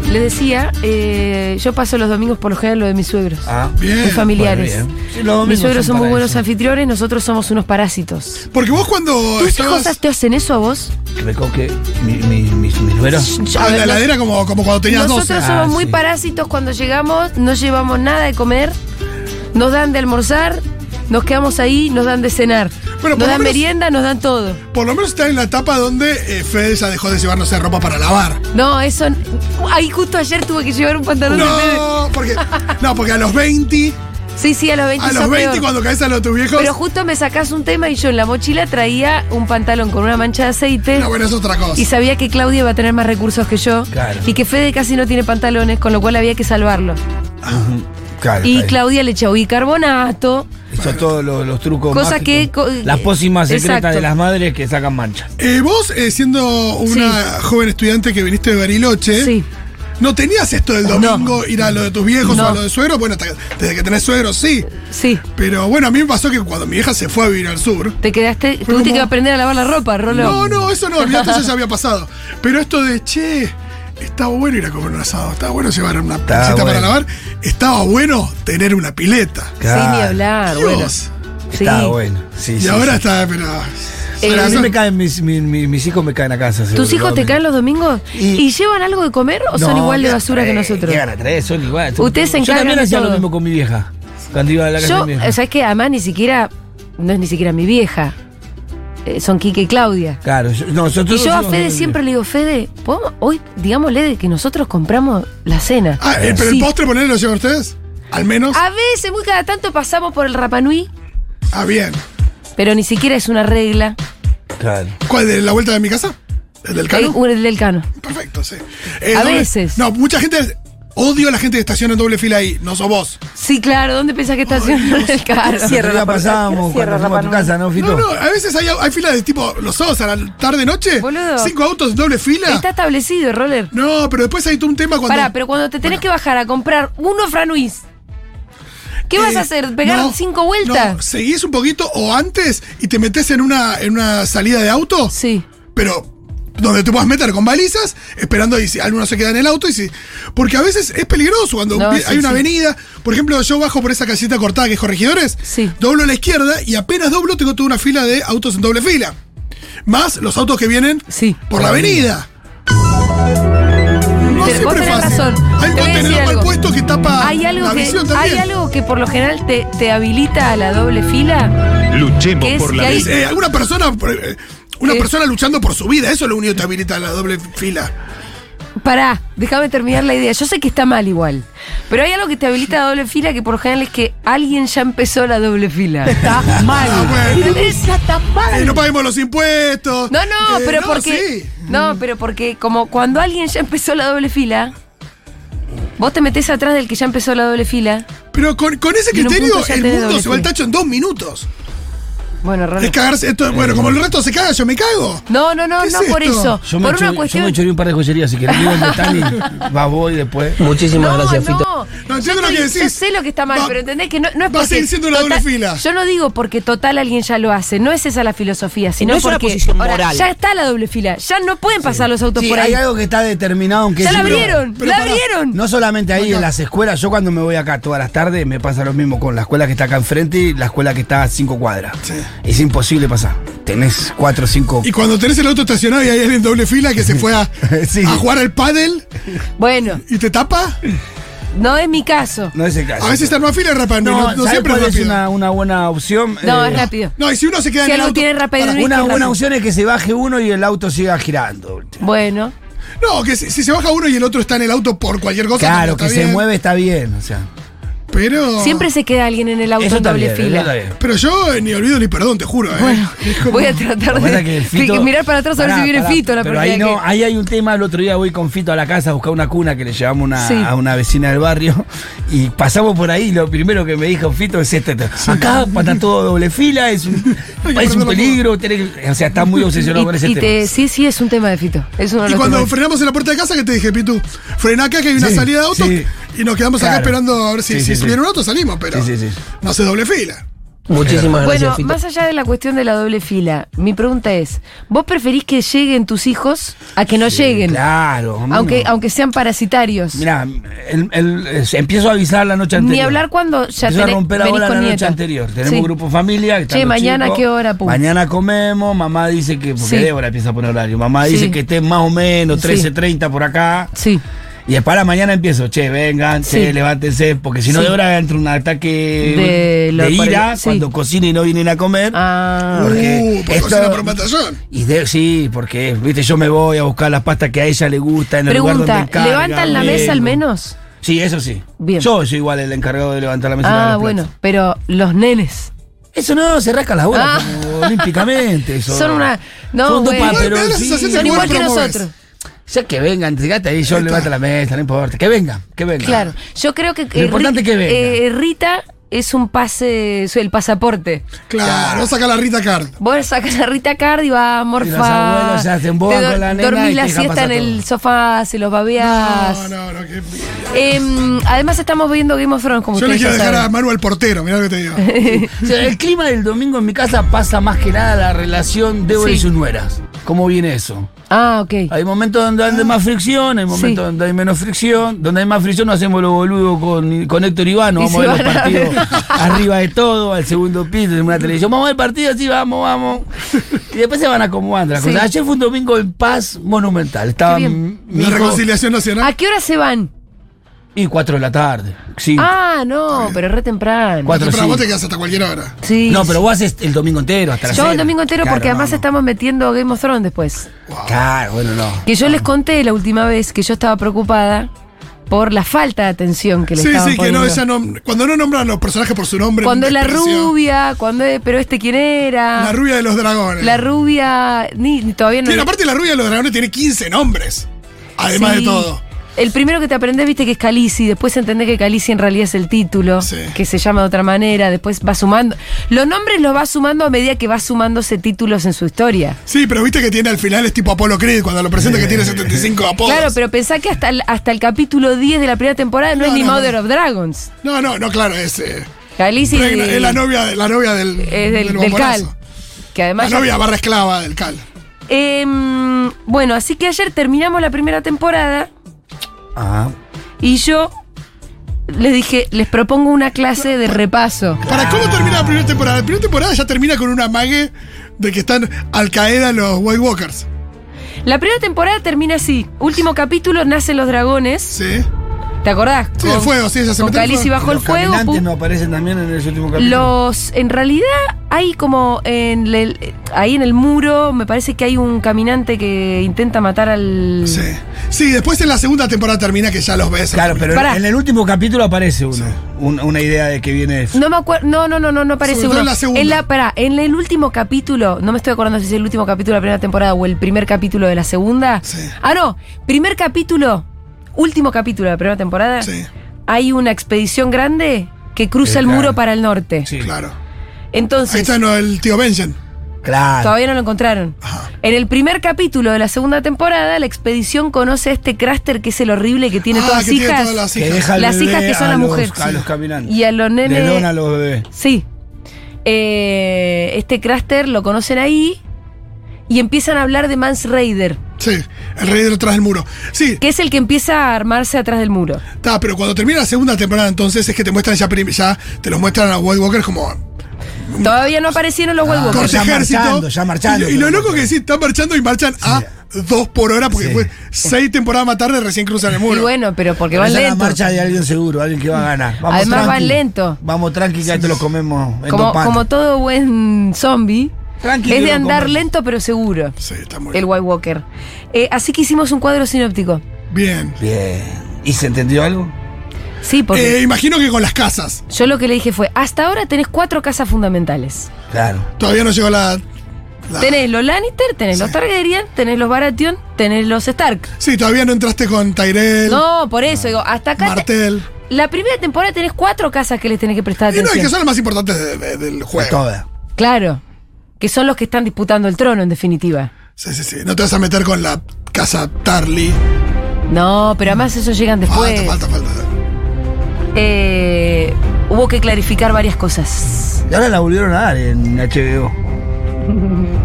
familia, eh, yo paso los domingos por lo general lo de mis suegros. Ah, Bien. mis familiares. bueno, Sí, los domingos mis suegros son son muy para buenos eso. anfitriones, nosotros somos unos parásitos. Porque vos cuando ¿Tus estabas hijos te hacen eso a vos? que me coque mi, mi, mis, mis nueros. Yo- a la no- heladera como, como cuando tenías Nosotros 12. somos Ah, muy sí. parásitos cuando llegamos, no llevamos nada de comer, nos dan de almorzar, nos quedamos ahí, nos dan de cenar. Bueno, nos por lo dan menos- merienda, nos dan todo. Por lo menos está en la etapa donde eh, Fede ya dejó de llevar, no sé, ropa para lavar. No, eso. Ahí justo ayer tuve que llevar un pantalón de bebé. No, porque, no, porque a los 20, Sí, sí, a los 20 a los sos 20 peor. cuando caes a los tus viejos, Pero justo me sacás un tema y yo en la mochila traía un pantalón con una mancha de aceite. no, bueno, es otra cosa. Y sabía que Claudia iba a tener más recursos que yo. Claro. Y que Fede casi no tiene pantalones, con lo cual había que salvarlo. Y Claro, está bien. Claudia le echó bicarbonato. Hizo todos los, los trucos. Cosa que- mágicos. co- Las pócimas secretas Exacto. de las madres que sacan manchas. Eh, vos, eh, siendo una joven estudiante que viniste de Bariloche, Sí. ¿no tenías esto del domingo, ir a lo de tus viejos No. o a lo de suegros? Bueno, hasta- desde que tenés suegros, sí. Sí. Pero bueno, a mí me pasó que cuando mi hija se fue a vivir al sur. Te quedaste, tuviste como- que aprender a lavar la ropa, Rolo. No, no, eso no, olvidate, eso ya había pasado. Pero esto de, che, estaba bueno ir a comer un asado, estaba bueno llevar una Estaba pileta bueno. para lavar, estaba bueno tener una pileta. Sin ni hablar, bueno. Dios. Sí. Está bueno. Sí, Y sí, ahora sí. está, pero. Eh, Pero a mí eso- me caen mis, mi- mi- mis hijos me caen a casa. seguro, ¿Tus hijos los te caen domingos. los domingos? Y- ¿Y llevan algo de comer o son No, eh, igual de llegan basura a que tres, nosotros? Llegan a tres, son igual. Ustedes se Yo encargan también de hacía lo todo. mismo con mi vieja. Cuando iba a la casa Yo, de mi vieja. ¿sabes qué? Además, ni siquiera. No es ni siquiera mi vieja. Eh, son Quique y Claudia. Claro, yo, no, Y nosotros yo a hicimos- Fede siempre le digo, Fede, ¿podemos- hoy digámosle de que nosotros compramos la cena. Ah, eh, pero Sí. Ah. el postre ponerlo lo llevan ustedes. Al menos. A veces, muy cada tanto pasamos por el Rapanui, Ah, bien. pero ni siquiera es una regla. Claro. ¿Cuál? ¿De la vuelta de mi casa? ¿El del Hay cano? un- el del Cano. Perfecto, sí. Eh, Eh, A doble- veces. No, mucha gente. Odio a la gente que estaciona en doble fila ahí. No sos vos. Sí, claro, ¿dónde pensás que está haciendo el Cano? Cierra la pasábamos cuando fuimos a tu casa, ¿no, Fito? No, no, a veces hay, hay filas de tipo los sábados a la tarde noche. Boludo. Cinco autos en doble fila. Está establecido, Roller. No, pero después hay todo un tema cuando. Pará, pero cuando te tenés que bajar a comprar uno Franuis, ¿qué vas Eh, a hacer? ¿Pegar no, cinco vueltas? no, seguís un poquito o antes y te metes en una, en una salida de auto. Sí. pero donde te puedas meter con balizas, esperando y si alguno se queda en el auto y si. Porque a veces es peligroso cuando No, vi- sí, hay una sí. avenida. Por ejemplo, yo bajo por esa casita cortada que es corregidores, Sí. doblo a la izquierda y apenas doblo tengo toda una fila de autos en doble fila. Más los autos que vienen Sí. por la avenida. No Pero vos siempre es tenés fácil. razón. Hay un Te voy a decir contenedor mal algo. puesto que tapa Hay algo, Ah, la que, hay visión también. algo que por lo general te, te habilita a la doble fila. Luchemos ¿Qué es por la que hay? Es, eh, alguna persona. eh, Una Eh. persona luchando por su vida, eso es lo único que te habilita la doble fila. Pará, déjame terminar la idea. Yo sé que está mal igual. Pero hay algo que te habilita a la doble fila que por lo general es que alguien ya empezó la doble fila. Está mal. Ah, bueno. está Eh, mal. no paguemos los impuestos. No, no, Eh, pero no, porque. sí. No, pero porque como cuando alguien ya empezó la doble fila, vos te metés atrás del que ya empezó la doble fila. Pero con, con ese Y en un criterio, punto ya el tenés mundo doble se va al fila. tacho en dos minutos. Bueno, Ronald. Es cagarse. Eh. esto- bueno, como el resto se caga, yo me cago. No, no, no, ¿Qué es no por esto? eso. Yo me, por una choré, yo me cuestión. choré un par de joyerías, si querés. Digo el metal y vas vos y después. Muchísimas no, gracias, Fito. No, No, yo, entiendo lo estoy- que decís. yo sé lo que está mal, Va- pero entendés que no, no es va a porque seguir siendo la doble fila. Yo no digo porque total alguien ya lo hace, no es esa la filosofía, sino No es una porque posición ahora moral. ya está la doble fila, ya no pueden pasar los autos Sí, por ahí. hay algo que está determinado, aunque Ya es la ilegal. abrieron, Pero la pará, abrieron. No solamente ahí Acá. en las escuelas, yo cuando me voy acá todas las tardes me pasa lo mismo con la escuela que está acá enfrente y la escuela que está a cinco cuadras. Sí. Es imposible pasar. Tenés cuatro o cinco. Y cuando tenés el auto estacionado y hay alguien en doble fila que se fue a, Sí. a jugar al pádel Bueno, y te tapa, no es mi caso. No es el caso. a veces está en una fila y rapa, no, no, no, no ¿sabés siempre es cuál es rápido. una, una buena opción. No, Eh, es rápido. No, y si uno se queda Si en el algo auto. tiene rápido, Pará. no hay Una Qué buena rápido. opción es que se baje uno y el auto siga girando. Bueno, No, que si, si se baja uno y el otro está en el auto por cualquier cosa. Claro, no que está se bien. mueve está bien. O sea, Pero. siempre se queda alguien en el auto eso en está doble bien, fila. eso está bien. Pero yo eh, ni olvido ni perdón, te juro. eh. Bueno, voy a tratar Lo que de, pasa es que el de Fito- mirar para atrás a ver Pará, si viene pará, Fito la pero próxima ahí no, que- ahí hay un tema, el otro día voy con Fito a la casa a buscar una cuna que le llevamos una- Sí. a una vecina del barrio y pasamos por ahí, lo primero que me dijo Fito es este, este, acá está todo doble fila, es un, Hay que es un aprenderlo peligro, tenés que- o sea, está muy obsesionado con Y, ese y tema. te, sí, sí, es un tema de Fito. Es uno de Y los cuando temas. frenamos en la puerta de casa, que te dije, Pitu? Frená acá que hay una Sí, salida de auto sí. y nos quedamos acá Claro. esperando a ver si, Sí, si sí, sí. subiera un auto, salimos, pero Sí, sí, sí. Ah, no se doble fila. Muchísimas Bueno, gracias, Fito. más allá de la cuestión de la doble fila, mi pregunta es, ¿vos preferís que lleguen tus hijos a que no lleguen? Claro. no, Aunque, no. aunque sean parasitarios. Mirá, el- el- es- empiezo a avisar la noche anterior. Ni hablar cuando ya Empiezo tenés- a romper venís ahora con la noche nieta. anterior. Tenemos Sí. un grupo familia. que están Che, los mañana, chicos. ¿qué hora, pum? Mañana comemos. Mamá dice que. Sí. Porque Débora empieza a poner horario. Mamá Sí. dice que esté más o menos Sí. 13.30 por acá. Sí. Y después a la mañana empiezo. Che, vengan, Sí. che, levántense. Porque si no, Sí. Débora entra un ataque De de, lo- por ira el- sí. cuando cocina y no vienen a comer. Ah, Uh, Porque por esto- cocina por matazón. Y de- sí, porque, viste, yo me voy a buscar las pastas que a ella le gusta en el lugar pregunta, donde encarga, ¿levantan la mesa al vengo. menos? Sí, eso sí. Bien. Yo soy igual el encargado de levantar la mesa. y lavar Ah, los platos. bueno, pero los nenes. Eso no, se rasca las bolas Ah. como olímpicamente. Eso. Son una- no, Son dos bueno. Igual me da la paperos. sensación de Son que vos igual lo que promovés. nosotros. Ya que vengan, fíjate ahí, yo Ahí está. levanto la mesa, no importa. Que vengan, que vengan. Claro, yo creo que, eh, importante Ri- es que venga. eh, Rita es un pase, es el pasaporte. Claro, vos saca la Rita Card. Vos sacas a Rita Cardi, va a morfar. abuelos se hacen boba te con la nena dormís y la te dejan siesta en pasar el todo. sofá, se los babeás. No, no, no, qué pila. Em, además estamos viendo Game of Thrones, como Yo le ustedes quiero ya dejar a saben. Manu al portero, mirá lo que te digo. O sea, el clima del domingo en mi casa pasa más que nada a la relación de Débora Sí. y sus nueras. ¿Cómo viene eso? Ah, ok. Hay momentos donde hay más fricción, hay momentos Sí. donde hay menos fricción. Donde hay más fricción, no hacemos los boludos con, con Héctor Iván, Y vamos a se ver los van a ver. partidos arriba de todo, al segundo piso, en una televisión. Vamos a ver el partido, sí, vamos, vamos. Y después se van acomodando las Sí. cosas. Ayer fue un domingo en paz monumental. Estaba Qué mi bien. hijo La reconciliación ¿A nacional. qué hora se van? y cuatro de la tarde. Sí. Ah, no, pero re temprano. Cuatro, Pero sí. vos te quedás hasta cualquier hora. Sí. No, pero vos haces el domingo entero, hasta la Yo cena. el domingo entero Claro, porque además vamos. estamos metiendo Game of Thrones después. Claro, bueno, no. Que yo les conté la última vez que yo estaba preocupada por la falta de atención que le Sí, estaban sí, que no, poniendo. ella no. Cuando no nombran los personajes por su nombre. Cuando me la desprecio. rubia, cuando es- pero este quién era. La rubia de los dragones. La rubia, ni, ni todavía no. Tiene, aparte, la rubia de los dragones tiene 15 nombres. Además Sí. de todo. El primero que te aprendés, viste, que es Calici, después entendés que Calici en realidad es el título, Sí. que se llama de otra manera, después va sumando. Los nombres los va sumando a medida que va sumándose títulos en su historia. Sí, pero viste que tiene al final es tipo Apolo Creed cuando lo presenta que tiene 75 apodos. Claro, pero pensá que hasta el, hasta el capítulo 10 de la primera temporada no, No, es ni no, Mother no. of Dragons. No, no, no, claro, es. eh, Calici regla, es la novia, de- la novia del. es del, del bombonazo. Cal. Que La además. ya- novia barra esclava del Cal. Em, bueno, así que ayer terminamos la primera temporada Ah. y yo les dije, les propongo una clase de repaso. ¿Para cómo termina la primera temporada? La primera temporada ya termina con una mague de que están al Qaeda los White Walkers. La primera temporada termina así. Último capítulo, nacen los dragones. Sí. ¿Te acordás? Sí, el fuego, sí, ella se Con metió en el Khaleesi fuego. bajo el Los fuego. caminantes pum. no aparecen también en el último capítulo. Los, en realidad, hay como en el- ahí en el muro, me parece que hay un caminante que intenta matar al. Sí. Sí, después en la segunda temporada termina que ya los ves. Claro, pero Pará. en el último capítulo aparece uno. un- una idea de que viene. No me acuerdo, no, no, no, no, no aparece Sobre todo uno. en la segunda. En la- pará, en el último capítulo, no me estoy acordando si es el último capítulo de la primera temporada o el primer capítulo de la segunda. Sí. Ah, no, primer capítulo, último capítulo de la primera temporada. Sí, Hay una expedición grande que cruza Sí, el claro. muro para el norte. Sí, claro. Ahí Entonces, está no, el tío Benjen. Claro. todavía no lo encontraron. Ajá. En el primer capítulo de la segunda temporada, la expedición conoce a este Craster que es el horrible que tiene Ah, todas que tiene hijas. todas las Que hijas. deja al Las bebé hijas que son a las los- mujeres. A los caminantes. Y a los nenes. Le dona a los bebés. Sí. Eh, este Craster lo conocen ahí y empiezan a hablar de Mans Raider, Sí, el rey detrás del muro. Sí, que es el que empieza a armarse atrás del muro. está, pero cuando termina la segunda temporada, entonces es que te muestran ya, prim- ya te los muestran a White Walkers como Todavía no aparecieron los Ah, huevos. corte ya ejército. marchando, ya marchando. Y, y lo loco que sí, están marchando y marchan a dos por hora, porque Sí. después seis temporadas más tarde recién cruzan el Y muro. bueno, pero porque van Esa es la lento. marcha de alguien seguro, alguien que va a ganar. Vamos Además van tranqui. lento. Vamos tranqui, que ya te lo comemos en Como, dos patas. como todo buen zombie, Tranquilo, es de andar como- lento pero seguro, Sí, está muy el bien. White Walker. Eh, así que hicimos un cuadro sinóptico. Bien. Bien. ¿Y se entendió algo? Sí, porque Eh, imagino que con las casas. yo lo que le dije fue, hasta ahora tenés cuatro casas fundamentales. Claro. Todavía no llegó la. Ah. la- Tenés los Lannister, tenés los Targaryen, tenés los Baratheon, tenés los Stark. Sí, todavía no entraste con Tyrell, No, por eso digo, hasta acá. te- Martel. la primera temporada tenés cuatro casas que les tenés que prestar Y no, atención. es que son las más importantes de- de- del Pues juego. toda. Claro. Que son los que están disputando el trono, en definitiva. Sí, sí, sí. No te vas a meter con la casa Tarly. Pues. No, pero además esos llegan después. Falta, falta, falta. Eh, Hubo que clarificar varias cosas. Y ahora la volvieron a dar en HBO.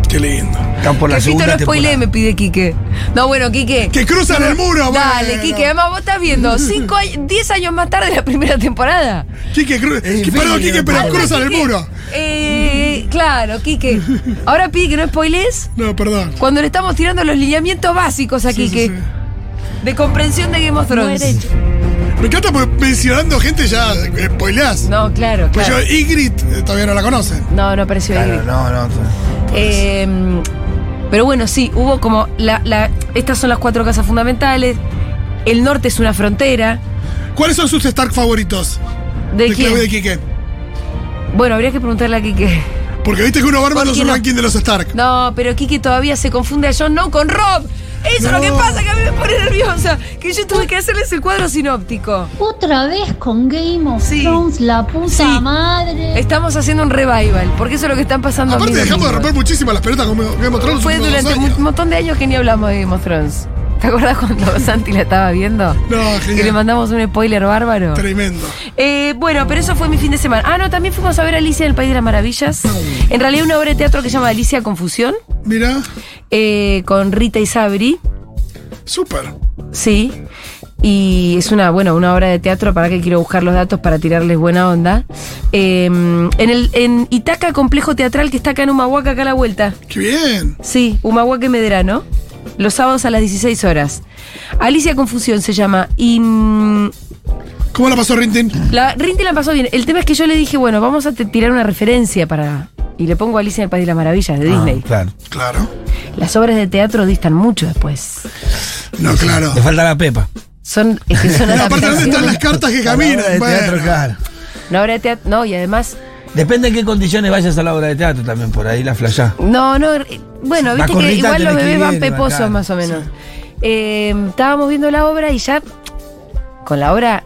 Qué lindo. Están por la que Fito segunda no spoile, temporada. me pide Quique. No, bueno, Quique. Que cruzan el muro, Dale, bueno. Quique, además vos estás viendo 10 años más tarde la primera temporada. Quique, cru- difícil, perdón, Quique, pero Alba, cruzan el Quique, muro. Eh, claro, Quique. Ahora pide que no spoilees No, perdón. cuando le estamos tirando los lineamientos básicos a Sí, sí, Quique. sí. De comprensión de Game of Thrones. Me encanta porque mencionando gente ya eh, spoileás. No, claro, Pues yo, claro. Ingrid eh, todavía no la conocen. No, no apareció Claro, Ingrid. no, no. Eh, pero bueno, sí, hubo como. La, la- estas son las cuatro casas fundamentales. El norte es una frontera. ¿Cuáles son sus Stark favoritos? ¿De, quién? Clave de Quique. Bueno, habría que preguntarle a Quique. Porque viste que uno va armando ¿Por su qué no? ranking de los Stark. No, pero Quique todavía se confunde a John No con Rob. Eso No. es lo que pasa, que a mí me pone nerviosa. Que yo tuve que hacerles el cuadro sinóptico. Otra vez con Game of Sí. Thrones, la puta Sí. madre. Estamos haciendo un revival, porque eso es lo que están pasando. Aparte amigos dejamos de míos. romper muchísimo las pelotas con Game of Thrones. Fue los últimos durante dos un años. montón de años que ni hablamos de Game of Thrones. ¿Te acuerdas cuando Santi la estaba viendo? No, Que le genial. mandamos un spoiler bárbaro. Tremendo. Eh, bueno, pero eso fue mi fin de semana. Ah, no, también fuimos a ver Alicia en el País de las Maravillas. En realidad una obra de teatro que se llama Alicia Confusión, Mira, eh, con Rita y Sabri. súper. Sí. Y es una, bueno, una obra de teatro para que quiero buscar los datos para tirarles buena onda. Eh, en el en Itaca Complejo Teatral que está acá en Humahuaca, acá a la vuelta. Qué bien. Sí, Humahuaca y Medrano. Los sábados a las 16 horas. Alicia Confusión se llama. Y mm, ¿Cómo la pasó Rintin? la Rinti la pasó bien. El tema es que yo le dije, bueno, vamos a te- tirar una referencia para. Y le pongo Alicia en el País de las Maravillas de Ah. Disney. claro. Claro. Las obras de teatro distan mucho después. No, claro. Le falta la pepa. Son, es que son Pero aparte, ¿dónde adaptaciones. están las cartas que A la hora de caminan? teatro, Bueno. claro. Una obra de teatro. No, y además Depende en qué condiciones vayas a la obra de teatro también, por ahí la flashás. No, no, eh, bueno, La viste que cornita igual los tenés que bebés ir van bien, peposos bacán, más o menos. Eh, estábamos viendo la obra y ya con la obra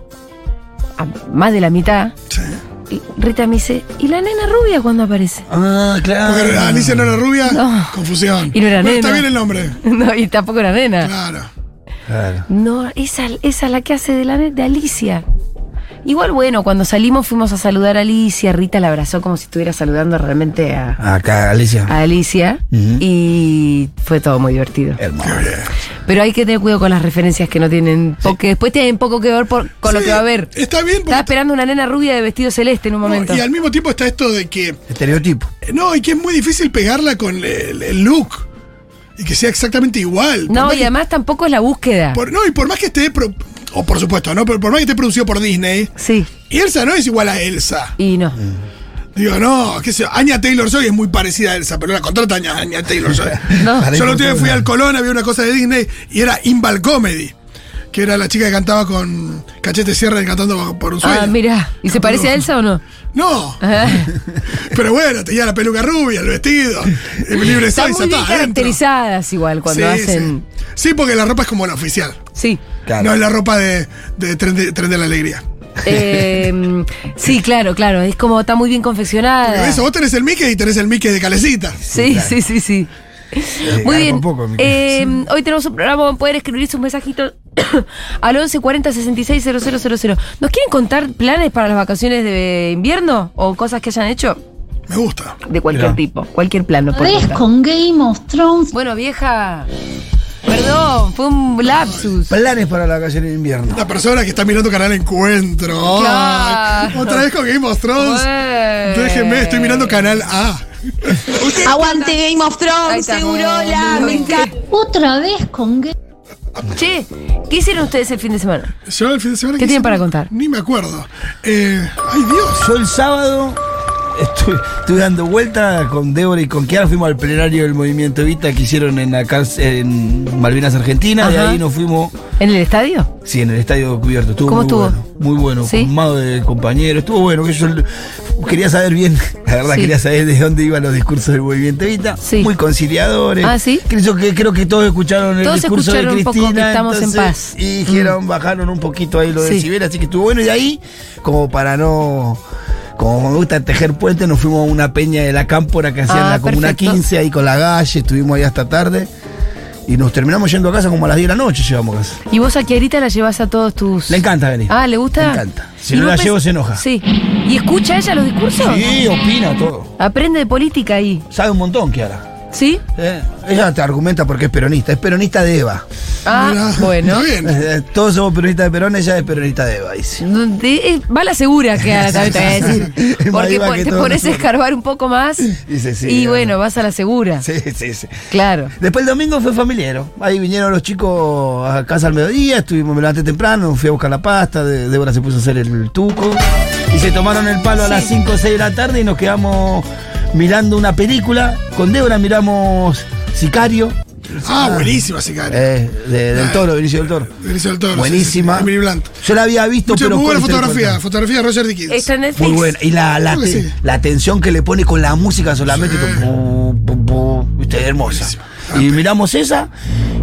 a más de la mitad, Sí. y Rita me dice, ¿y la nena rubia cuando aparece? Ah, claro. Porque Alicia no era rubia. No. Confusión. Y no era nena. Bueno, Ah. Está bien el nombre. No, y tampoco la nena. Claro. Claro. No, esa, esa es la que hace de la de Alicia. Igual bueno, cuando salimos fuimos a saludar a Alicia, Rita la abrazó como si estuviera saludando realmente a, Acá, Alicia. a Alicia Ujú. y fue todo muy divertido. Hermoso. Pero hay que tener cuidado con las referencias que no tienen, porque después tienen poco que ver por- con lo Sí, que va a haber. Está bien Estaba porque. esperando una nena rubia de vestido celeste en un momento. Y al mismo tiempo está esto de que. eh, Estereotipo. No, y que es muy difícil pegarla con el, el look. Y que sea exactamente igual. Por No, más y que- además tampoco es la búsqueda. por- no, y por más que esté. pro- o por supuesto, ¿no? Pero por más que esté producido por Disney, Sí, Elsa no es igual a Elsa. y no. Mm. Digo, no, qué sé yo. Anya Taylor Joy es muy parecida a Elsa, pero la contrata Anya, Anya Taylor Joy. No. Para ir Yo lo por tuve, todo fui lado. al Colón, había una cosa de Disney y era Inval Comedy, que era la chica que cantaba con Cachete Sierra y cantando bajo- por un sueño. Ah, mira. ¿Y se parece a Elsa o no? No, Ah. pero bueno, tenía la peluca rubia, el vestido, el libre Están size, muy bien está adentro. caracterizadas igual cuando Sí, hacen. sí. Sí, porque la ropa es como la oficial. Sí. Claro. No es la ropa de, de tren, de Tren de la alegría. Eh, sí, claro, claro. Es como está muy bien confeccionada. Porque Eso, vos tenés el Mickey y tenés el Mickey de calecita. Sí, sí, sí, sí. Eh, Muy garpa bien. un poco, mi Eh, Hoy tenemos un programa, van a poder escribir sus mensajitos al 11 40 66 000. ¿Nos quieren contar planes para las vacaciones de invierno o cosas que hayan hecho? Me gusta. De cualquier Mirá. tipo, cualquier plan. nos Otra pueden contar. vez con Game of Thrones. Bueno, vieja, perdón, fue un lapsus. Planes para la vacación de invierno. La persona que está mirando Canal Encuentro. Ay, Claro. Otra vez con Game of Thrones. Bueno. Déjenme, estoy mirando Canal A. Aguante Game of Ahí Thrones, está. Segurola, me encanta. Otra vez con Game Che, ¿qué hicieron ustedes el fin de semana? Yo el fin de semana ¿Qué que tienen hice- para contar? Ni me acuerdo. Eh, ay, Dios. Yo el sábado estuve, estuve dando vuelta con Débora y con Kiara, fuimos al plenario del movimiento Evita que hicieron en la cárcel- en Malvinas Argentina, de Ajá. ahí nos fuimos, ¿En el estadio? sí, en el estadio cubierto, estuvo ¿Cómo muy estuvo? bueno, muy bueno, ¿Sí? con más de compañeros, estuvo bueno, que yo l- quería saber bien, la verdad Sí. quería saber de dónde iban los discursos del movimiento Evita, Sí. muy conciliadores, Ah, ¿sí? creo que, creo que todos escucharon el Todos discurso escucharon de un poco Cristina, que estamos en entonces, paz. Mm. y dijeron, bajaron un poquito ahí lo de Sí. Sibel, así que estuvo bueno. Y de ahí, como para no. Como me gusta tejer puentes, nos fuimos a una peña de la cámpora que hacían Ah, la Comuna perfecto. 15 ahí con la Galle, estuvimos ahí hasta tarde. Y nos terminamos yendo a casa como a las 10 de la noche llegamos a casa. Y vos a Kiarita la llevas a todos tus. Le encanta venir. Ah, ¿le gusta? Le encanta. Si ¿Y no vos la pens- llevo, se enoja. Sí. ¿Y escucha ella los discursos? Sí, opina todo. Aprende de política ahí. Sabe un montón, Kiara. ¿Sí? Eh, Ella te argumenta porque es peronista. Es peronista de Eva. Ah, Mirá, bueno. Está bien. Eh, Todos somos peronistas de Perón, ella es peronista de Eva, dice. De- eh, va a la segura que a la también te voy a decir. Es más Porque viva po- que te todos pones a nosotros. escarbar un poco más. Dice, sí, y eh. bueno, vas a la segura. Sí, sí, sí. Claro. Después el domingo fue familiar. Ahí vinieron los chicos a casa al mediodía, estuvimos, me levanté temprano, fui a buscar la pasta, de- Débora se puso a hacer el tuco. Y se tomaron el palo a las 5 o 6 de la tarde y nos quedamos mirando una película. Con Débora miramos Sicario, Ah, buenísima, Sicario. eh, de- del toro, Vinicio del Toro. Benicio del Toro, Buenísima. sí, sí, Emily Blunt. Yo la había visto, Mucha- pero. muy buena con- este fotografía, fotografía de Roger Dickens. Está en Netflix. Muy buena. Y la, la, Creo que te- sí. la tensión que le pone con la música solamente. Sí. tipo, pu, pu, pu, viste, hermosa. Y miramos esa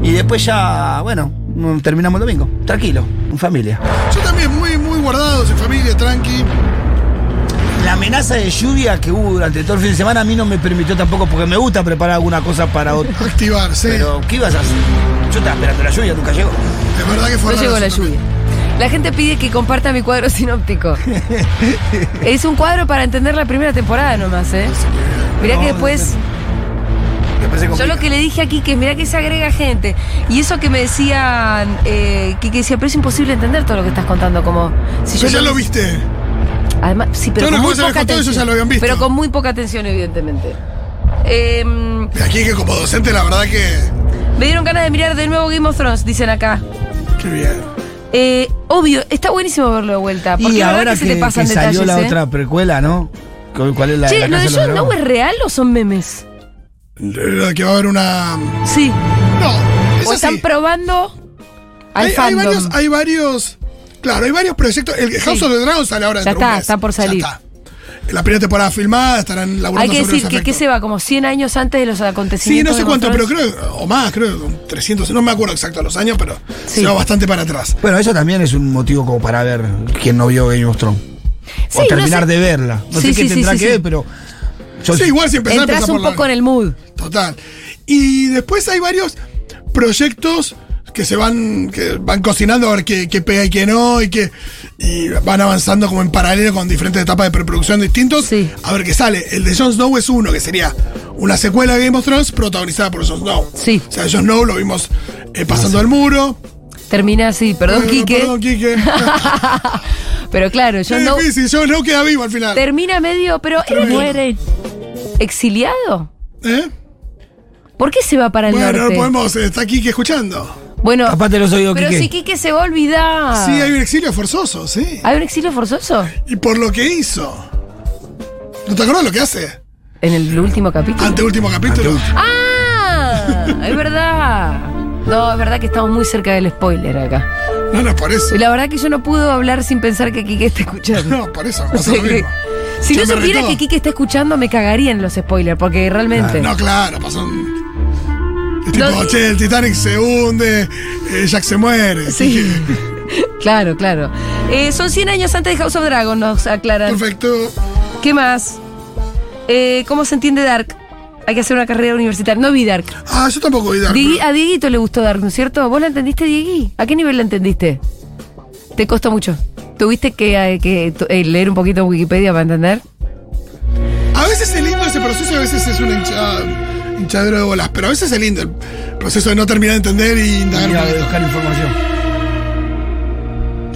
y después ya, bueno, mm, terminamos el domingo. Tranquilo, en familia. Yo también, muy, muy guardados en familia, tranqui. La amenaza de lluvia que hubo durante todo el fin de semana a mí no me permitió tampoco, porque me gusta preparar alguna cosa para otro. Activarse. Pero, ¿qué ibas a hacer? Yo estaba esperando la lluvia, nunca llegó. Es verdad que fue No raro llegó la eso también. lluvia. La gente pide que comparta mi cuadro sinóptico. es un cuadro para entender la primera temporada nomás, ¿eh? Mirá que después. Después se Yo complica. lo que le dije aquí que mirá que se agrega gente. Y eso que me decían, eh, que, que decía, pero es imposible entender todo lo que estás contando. Como si yo Pero ya lo viste. Además, sí, pero Todas con las muy cosas que poca contó, eso atención. ya lo habían visto. Pero con muy poca atención, evidentemente. Eh, me Y aquí que como docente, la verdad que. dieron ganas de mirar de nuevo Game of Thrones, dicen acá. Qué bien. Eh, obvio, está buenísimo verlo de vuelta. Ah, Porque Y la verdad ahora que, que, se te que pasan salió detalles. la ¿eh? otra precuela, ¿no? ¿Cuál es la Che, la ¿lo Casa de los John Doe Dragones? es real o son memes? Lo que va a haber una. Sí. No, es O están así. probando al Hay, hay fandom. varios, hay varios. Claro, hay varios proyectos. El House Sí. of the Dragon sale ahora. Ya dentro de está, un mes. está por Ya salir. está. La primera temporada filmada, estarán laburando Hay que sobre decir los que, que efectos. se va como 100 años antes de los Sí, acontecimientos. no sé de cuánto, pero Monstruos. creo, o más, creo, un 300, no me acuerdo exacto los años, pero Sí. se va bastante para atrás. Bueno, eso también es un motivo como para ver quien no vio Game of Thrones. Sí, o no terminar sé. de verla. No Sí, sé sí, qué sí, tendrá sí, que sí. ver, pero. yo- sí, igual si empezás Entras empezás un por la- poco en el mood. Total. Y después hay varios proyectos que se van, que van cocinando a ver qué, qué pega y qué no, y que y van avanzando como en paralelo con diferentes etapas de preproducción distintos. Sí. A ver qué sale. El de Jon Snow es uno, que sería una secuela de Game of Thrones protagonizada por Jon Snow. Sí. O sea, Jon Snow lo vimos eh, pasando el muro. Termina así, perdón, Eh, Quique. Perdón, Quique. Pero claro, yo Qué no. difícil, Jon Snow queda vivo al final. Termina medio, pero él Tremendo. muere exiliado. ¿Eh? ¿Por qué se va para el Bueno, no norte? lo podemos, eh, está Quique escuchando. Bueno, Capaz te los oídos, pero Quique. si Quique se va a olvidar. Sí, hay un exilio forzoso, sí. ¿Hay un exilio forzoso? Y por lo que hizo. ¿No te acuerdas lo que hace? En el último capítulo. Ante último capítulo. ¡Ah! Es verdad. No, es verdad que estamos muy cerca del spoiler acá. No, no, por eso. Y la verdad que yo no pude hablar sin pensar que Quique está escuchando. No, por eso. O pasa sea lo que- mismo. si Yo no me supiera retó. que Quique está escuchando, me cagaría en los spoilers, porque realmente. Ah, No, claro, pasó un. Es tipo, No, y- che, el Titanic se hunde, eh, Jack se muere. Sí. Quique- Claro, claro. Eh, son 100 años antes de House of Dragon, nos aclaran. Perfecto. ¿Qué más? Eh, ¿Cómo se entiende Dark? Hay que hacer una carrera universitaria. No vi Dark. Ah, yo tampoco voy a Diegui- a Dieguito le gustó Dark, ¿no es cierto? ¿Vos la entendiste, Diegui? ¿A qué nivel la entendiste? ¿Te costó mucho? ¿Tuviste que, eh, que tu- eh, leer un poquito Wikipedia para entender? A veces es lindo ese proceso, a veces es un hinchada, hinchadero de bolas, pero a veces es lindo el proceso de no terminar de entender y indagar. Ir un a poquito. buscar información.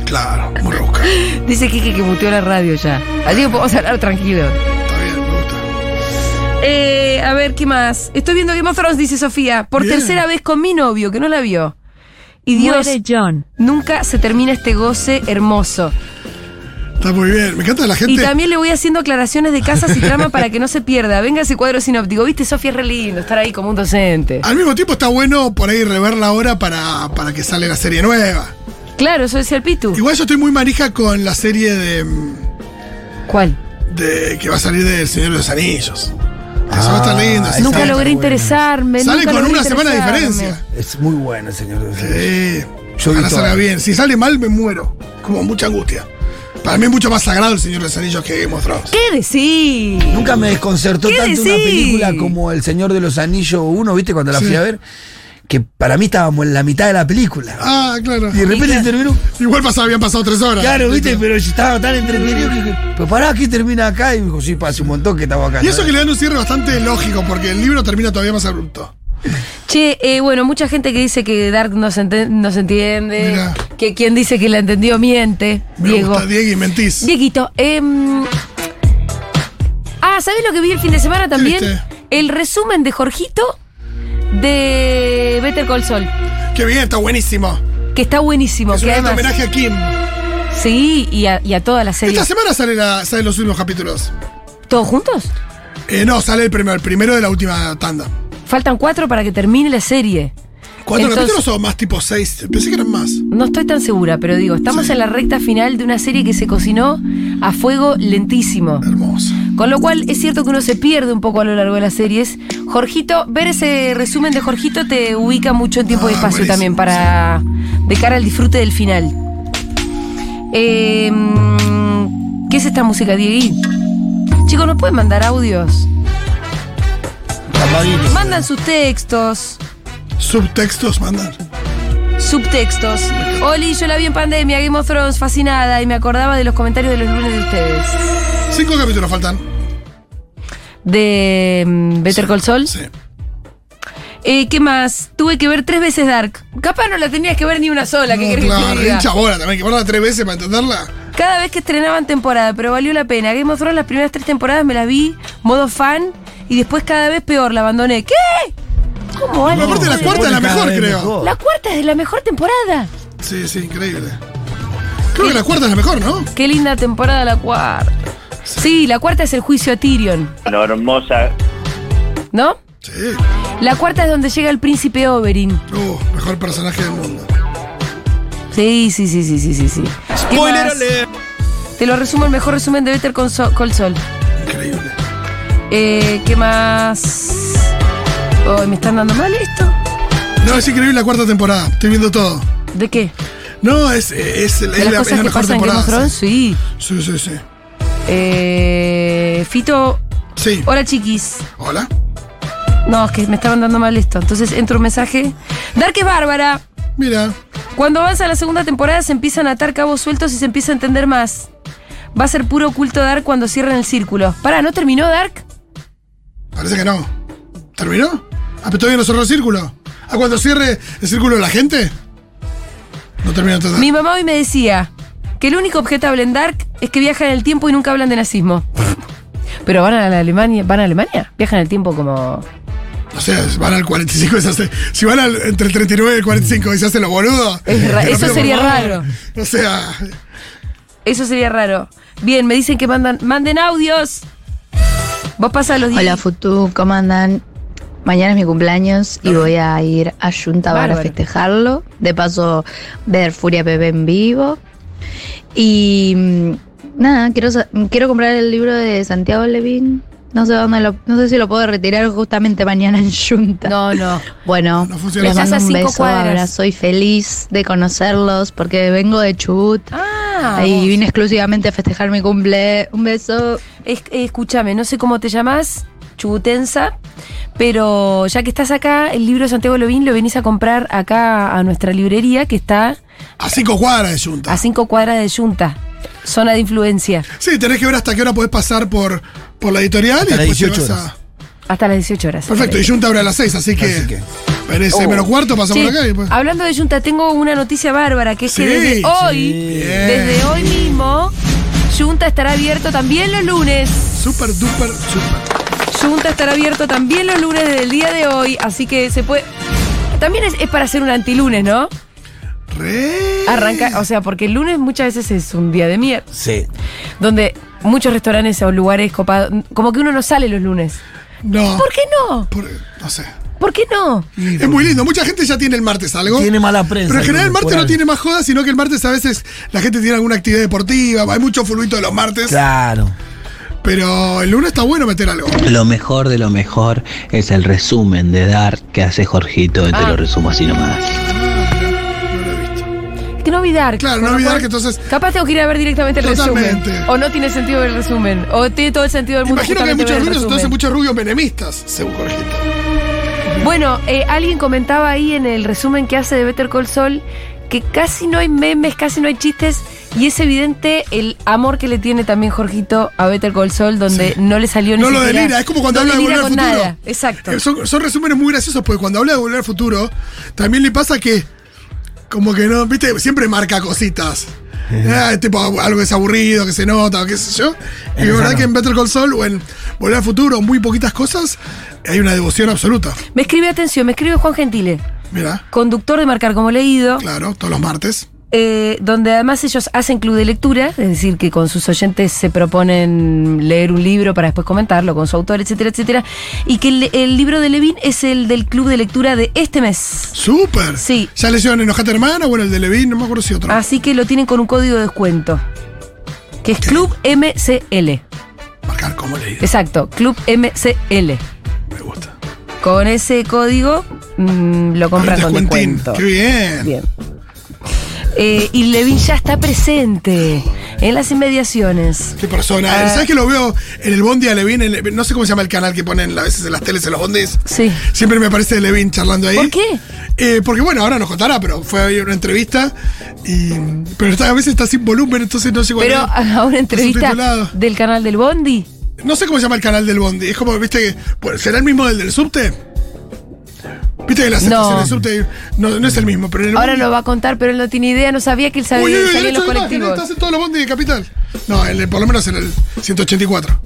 Claro, muy rebuscado. Dice Kike que muteó la radio ya. Así que podemos hablar tranquilo. Está bien, me gusta. Eh, a ver, ¿qué más? Estoy viendo Game of Thrones, dice Sofía, por Bien. tercera vez con mi novio, que no la vio. Y Dios, nunca se termina este goce hermoso. Está muy bien. Me encanta la gente. Y también le voy haciendo aclaraciones de casas y trama para que no se pierda. Venga ese cuadro sinóptico. Viste, Sofía es re lindo estar ahí como un docente. Al mismo tiempo está bueno por ahí reverla ahora para, para que sale la serie nueva. Claro, eso decía el Pitu. Igual yo estoy muy manija con la serie de, ¿Cuál? de que va a salir del Señor de los Anillos. Eso va a estar Ah, lindo. esa sí, Nunca sale- logré interesarme. Sale nunca con logré una semana de interesarme. diferencia. Es muy bueno, señor. Sí. Yo vi Ojalá todas. salga bien. Si sale mal, me muero. Como mucha angustia. Para mí es mucho más sagrado el Señor de los Anillos que Game of Thrones. ¿Qué decís? Nunca me desconcertó ¿Qué tanto una decís? película como El Señor de los Anillos 1, ¿viste? Cuando la Sí. fui a ver. que para mí estábamos en la mitad de la película. Ah, claro. Y de repente terminó. Igual pasaba, habían pasado tres horas. Claro, viste, pero yo estaba tan entretenido que dije, pero pará, que termina acá. Y me dijo, sí, pasa un montón que estamos acá. Y eso ¿no? que le dan un cierre bastante lógico, porque el libro termina todavía más abrupto. Che, eh, bueno, mucha gente que dice que Dark no se, enten- no se entiende, Mirá. que quien dice que la entendió miente, Me Diego. gusta, Diego, y mentís. Dieguito, em, ah, ¿sabes lo que vi el fin de semana también? viste? El resumen de Jorgito de Better Call Saul, Qué bien, está buenísimo. que está buenísimo, Es un que gran además, homenaje a Kim. sí, y a, y a toda la serie. Esta semana sale la- salen los últimos capítulos. ¿Todos juntos? Eh, no, sale el primero, el primero de la última tanda. Faltan cuatro para que termine la serie. ¿Cuatro Entonces- capítulos o más tipo seis? Pensé que eran más. No estoy tan segura, pero digo, estamos en la recta final de una serie que se cocinó a fuego lentísimo. Hermoso. Con lo cual es cierto que uno se pierde un poco a lo largo de las series. Jorgito, ver ese resumen de Jorgito te ubica mucho en tiempo y Ah, espacio buenísimo, también para de cara al disfrute del final. Eh, mm, ¿Qué es esta música, Diegui? Chicos, ¿nos pueden mandar audios? Apaguito. Mandan sus textos, Subtextos mandan. subtextos. Oli, yo la vi en pandemia, Game of Thrones, fascinada, y me acordaba de los comentarios de los lunes de ustedes. Cinco capítulos faltan. De mm, Better Call Saul. Sí. Eh, ¿Qué más? Tuve que ver tres veces Dark. Capaz no la tenías que ver ni una sola, ¿qué No, querés que claro, te diga? Ah, hincha bola también, que verla tres veces para entenderla. Cada vez que estrenaban temporada, pero valió la pena. Game of Thrones las primeras tres temporadas me las vi modo fan y después cada vez peor, la abandoné. ¿Qué? ¿Cómo? Ale? Pero aparte la Se cuarta es la pone cada mejor, vez creo. La cuarta es de la mejor temporada. Sí, sí, increíble. Creo que la cuarta es la mejor, ¿no? Qué linda temporada la cuarta. Sí, la cuarta es el juicio a Tyrion, Bueno, hermosa. ¿no? Sí. La cuarta es donde llega el príncipe Oberyn. Uh, mejor personaje del mundo. Sí, sí, sí, sí, sí, sí, sí. ¿Qué Spoiler más? alert. Te lo resumo el mejor resumen de Better Call Saul- Call Saul. Increíble. Eh, ¿Qué más? Ay, ¿Me están dando mal esto? No, es increíble la cuarta temporada. Estoy viendo todo. ¿De qué? No, es, es, es ¿De las la, es cosas la que mejor pasan en Game of temporada. Thrones? Sí, Sí. sí, sí. sí. Eh, Fito, Sí. hola chiquis. Hola. No, es que me estaban dando mal esto. Entonces entra un mensaje. Dark es bárbara. Mira. Cuando avanza la segunda temporada se empiezan a atar cabos sueltos y se empieza a entender más. Va a ser puro culto Dark cuando cierren el círculo. Pará, ¿no terminó Dark? Parece que no. ¿Terminó? Ah, pero todavía no cerró el círculo. ¿A cuando cierre el círculo de la gente? No terminó todo. Mi mamá hoy me decía que el único objetable en Dark es que viajan en el tiempo y nunca hablan de nazismo. Pero van a la Alemania, van a Alemania, viajan en el tiempo como O sea, van al 45 y se hace. Si van al, entre el 39 y el 45 y se hacen los boludos. Es ra- que no eso piden sería por favor. raro. O sea, eso sería raro. Bien, me dicen que mandan manden audios. Vos pasas los días. Hola Futu, ¿cómo andan? Mañana es mi cumpleaños y voy a ir a Yuntabar a Bárbaro. festejarlo. De paso, ver Furia Bebé en vivo. Y mm, nada, quiero, sa- quiero comprar el libro de Santiago Levin. No sé dónde lo, no sé si lo puedo retirar justamente mañana en Yunta. No, no. Bueno, No funciona. les Estás mando a un cinco beso, cuadras. abrazo y feliz de conocerlos porque vengo de Chubut Ah. y vine exclusivamente a festejar mi cumple. Un beso. Es- eh, escúchame, no sé cómo te llamas, chubutensa, pero ya que estás acá, el libro de Santiago Lovín lo venís a comprar acá a nuestra librería que está a cinco cuadras de Junta. a cinco cuadras de Yunta, zona de influencia, Sí, tenés que ver hasta qué hora podés pasar por, por la editorial Hasta y las después te 18 vas a- horas. hasta las 18 horas. Perfecto, y Junta abre a las 6, así que. Así que. Venís seis menos cuarto, pasamos Che, por acá y después. Hablando de Junta, tengo una noticia bárbara, que es Sí, que desde sí. hoy, Bien. desde hoy mismo, Junta estará abierto también los lunes. Super duper super. Junta estará abierto también los lunes desde el día de hoy, así que se puede... También es, es para hacer un antilunes, ¿no? Re. Arranca, o sea, porque el lunes muchas veces es un día de mierda, Sí. donde muchos restaurantes o lugares copados, como que uno no sale los lunes. No. ¿Por qué no? Por- no sé. ¿Por qué no? Es muy lindo. Mucha gente ya tiene el martes algo. Tiene mala prensa. Pero en general el por martes no algo. tiene más jodas, sino que el martes a veces la gente tiene alguna actividad deportiva. Hay mucho fulbito de los martes. Claro. Pero el lunes está bueno meter algo. Lo mejor de lo mejor es el resumen de Dark que hace Jorgito, Ah. te lo resumo así nomás. Es que no olvidar. Claro, no olvidar que entonces- Capaz tengo que ir a ver directamente el resumen. Totalmente. O no tiene sentido ver el resumen. O tiene todo el sentido del mundo. Imagino que hay justamente muchos ver el rubios, entonces resumen. muchos rubios menemistas, según Jorgito. Bueno, eh, alguien comentaba ahí en el resumen que hace de Better Call Saul que casi no hay memes, casi no hay chistes y es evidente el amor que le tiene también Jorgito a Better Call Saul donde no le salió ni No lo siquiera- delira, es como cuando no habla de delira volver al con futuro. nada. Exacto. Eh, Son, son resúmenes muy graciosos porque cuando habla de volver al futuro, también le pasa que, como que no, viste, siempre marca cositas. Ah, tipo algo que es aburrido, que se nota, o qué sé yo. Y la esa verdad no. que en Better Call Saul o en Volver al Futuro, muy poquitas cosas, hay una devoción absoluta. Me escribe atención, me escribe Juan Gentile, Mira, conductor de Marcar como leído. claro, todos los martes. eh, donde además ellos hacen club de lectura, es decir, que con sus oyentes se proponen leer un libro para después comentarlo con su autor, etcétera, etcétera, y que el, el libro de Levin es el del club de lectura de este mes. ¡Súper! Sí. Ah, ¿Ya le hicieron Enojate Hermana? Bueno, el de Levin, no me acuerdo si otro. Así que lo tienen con un código de descuento, que es Club MCL. Marcar como leí, Exacto, Club MCL. me gusta. Con ese código mm, lo compran con Descuentín, descuento. ¡Qué bien! Bien. Eh, y Levin ya está presente en las inmediaciones. Qué persona. Ah. ¿Sabes que lo veo en el Bondi a Levin? En el- no sé cómo se llama el canal que ponen a veces en las teles, en los bondis. Sí. Siempre me aparece Levin charlando ahí. ¿Por qué? Eh, porque bueno, ahora nos contará, pero fue hoy una entrevista. Y, pero está- a veces está sin volumen, entonces no sé Pero ah. a una entrevista del canal del Bondi. No sé cómo se llama el canal del Bondi. Es como, viste, que, bueno, ¿será el mismo del del subte? Viste que las No. estaciones del subte no, no es el mismo, pero en el Ahora Bondi- lo va a contar, pero él no tiene idea, no sabía que él sabía, Uy, uy, uy, sabía en derecho los de imagen, colectivos. estás en todos los Bondi de Capital. No, en el- por lo menos en el 184.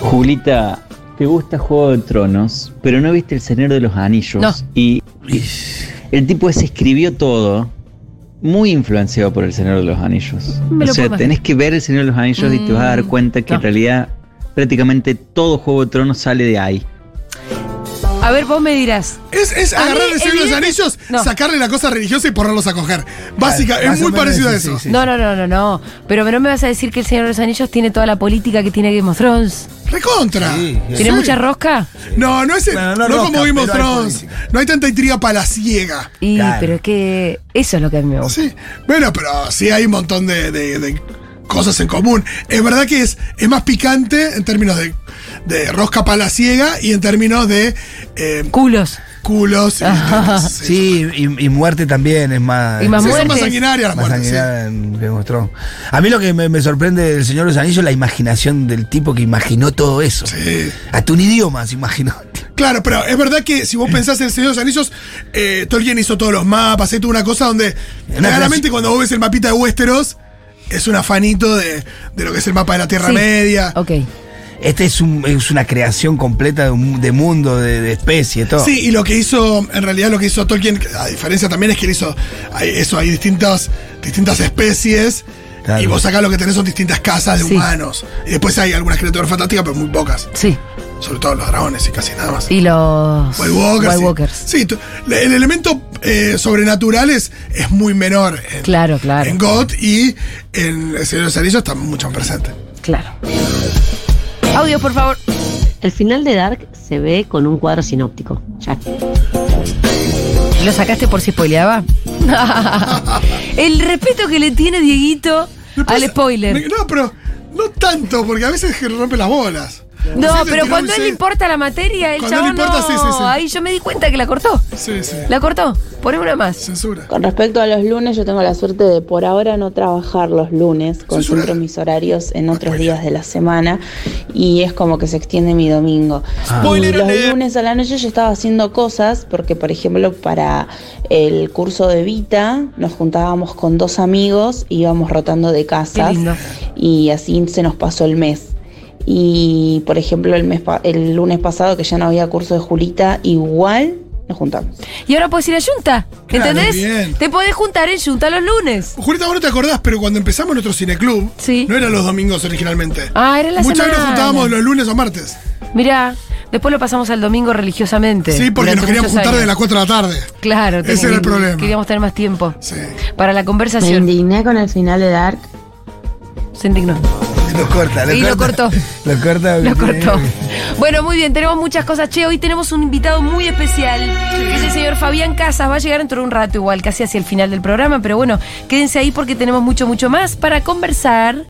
Julita, te gusta Juego de Tronos, pero no viste El Señor de los Anillos. No. Y y el tipo ese escribió todo muy influenciado por El Señor de los Anillos. Me lo o sea, puedo Mm, tenés que ver El Señor de los Anillos y te vas a dar cuenta que no. en realidad prácticamente todo Juego de Tronos sale de ahí. A ver, vos me dirás. Es, es A agarrar mí, el Señor de los evidente- Anillos, No. sacarle la cosa religiosa y ponerlos a coger. Básica, Claro, es más muy o menos parecido a sí, eso. sí, sí. No, no, no, no, no. Pero no me vas a decir que el Señor de los Anillos tiene toda la política que tiene Game of Thrones. Recontra. Sí, sí. ¿Tiene mucha rosca? No, no es el- Bueno, no, no como rosca, Game of pero hay Thrones. política. No hay tanta intriga palaciega. Y, Claro. pero es que eso es lo que a mí me gusta. Sí. Bueno, pero sí hay un montón de, de- de cosas en común. Es verdad que es, es más picante en términos de, de rosca palaciega y en términos de eh, Culos. culos. y temas, sí. Sí, y, y muerte también es más. Y más Sí, es son más muertes. sanguinarias las más muertes. sí. sanguinaria en Game of Thrones. A mí lo que me, me sorprende del Señor de los Anillos es la imaginación del tipo que imaginó todo eso. Sí. Hasta un idioma se imaginó. Claro, pero es verdad que si vos pensás en el Señor de los Anillos, eh, Tolkien hizo todos los mapas, hay toda una cosa donde Una claramente clasi- cuando vos ves el mapita de Westeros, es un afanito de, de lo que es el mapa de la Tierra Sí. Media. Ok. Este es, un- es una creación completa de, un- de mundo, de, de especie, todo. Sí, y lo que hizo, en realidad lo que hizo Tolkien, a diferencia también es que él hizo, hay, eso, hay distintas, distintas especies, Claro. y vos acá lo que tenés son distintas casas de Sí. humanos. Y después hay algunas criaturas fantásticas, pero muy pocas, Sí. sobre todo los dragones y casi nada más. Y los White Walkers. sí. Sí, tú- le- el elemento eh, sobrenatural es, es muy menor en, Claro, claro. en God y en El Señor de los Anillos está mucho más presente. Claro. Audio, por favor. El final de Dark se ve con un cuadro sinóptico. Ya. ¿Lo sacaste por si spoileaba? el respeto que le tiene Dieguito al Me- spoiler. no, pero no tanto, porque a veces que rompe las bolas. No, Sí, pero le tiró cuando un a él sí. le importa la materia, el Cuando a chabón él le importa, no. sí, sí, sí. Ahí yo me di cuenta que la cortó. Sí, sí. La cortó. Poné una más. Censura. Con respecto a los lunes, yo tengo la suerte de por ahora no trabajar los lunes, concentro mis horarios en otros días de la semana y es como que se extiende mi domingo. Ah, Y Spoiler los alert. lunes a la noche yo estaba haciendo cosas porque, por ejemplo, para el curso de Vita nos juntábamos con dos amigos y íbamos rotando de Qué casas lindo. y así se nos pasó el mes. Y, por ejemplo, el, mes pa- el lunes pasado que ya no había curso de Julita, igual nos juntamos. Y ahora puedes ir a Junta. Claro, ¿Entendés? bien. Te podés juntar en Junta los lunes. Julieta, vos no te acordás, pero cuando empezamos nuestro cineclub, Sí. no eran los domingos originalmente. Ah, era la Muchas semana. veces nos juntábamos los lunes o martes. Mirá, después lo pasamos al domingo religiosamente. Sí, porque durante nos queríamos muchos juntar de años. las 4 de la tarde. Claro, Ese era el problema. Queríamos tener más tiempo Sí. para la conversación. indigné con el final de Dark. Se indignó. Lo corta, lo Sí, lo corta. cortó. Lo corta. Lo cortó. Bueno, muy bien, tenemos muchas cosas. Che, hoy tenemos un invitado muy especial, que es el señor Fabián Casas. Va a llegar dentro de un rato igual, casi hacia el final del programa, pero bueno, quédense ahí porque tenemos mucho, mucho más para conversar.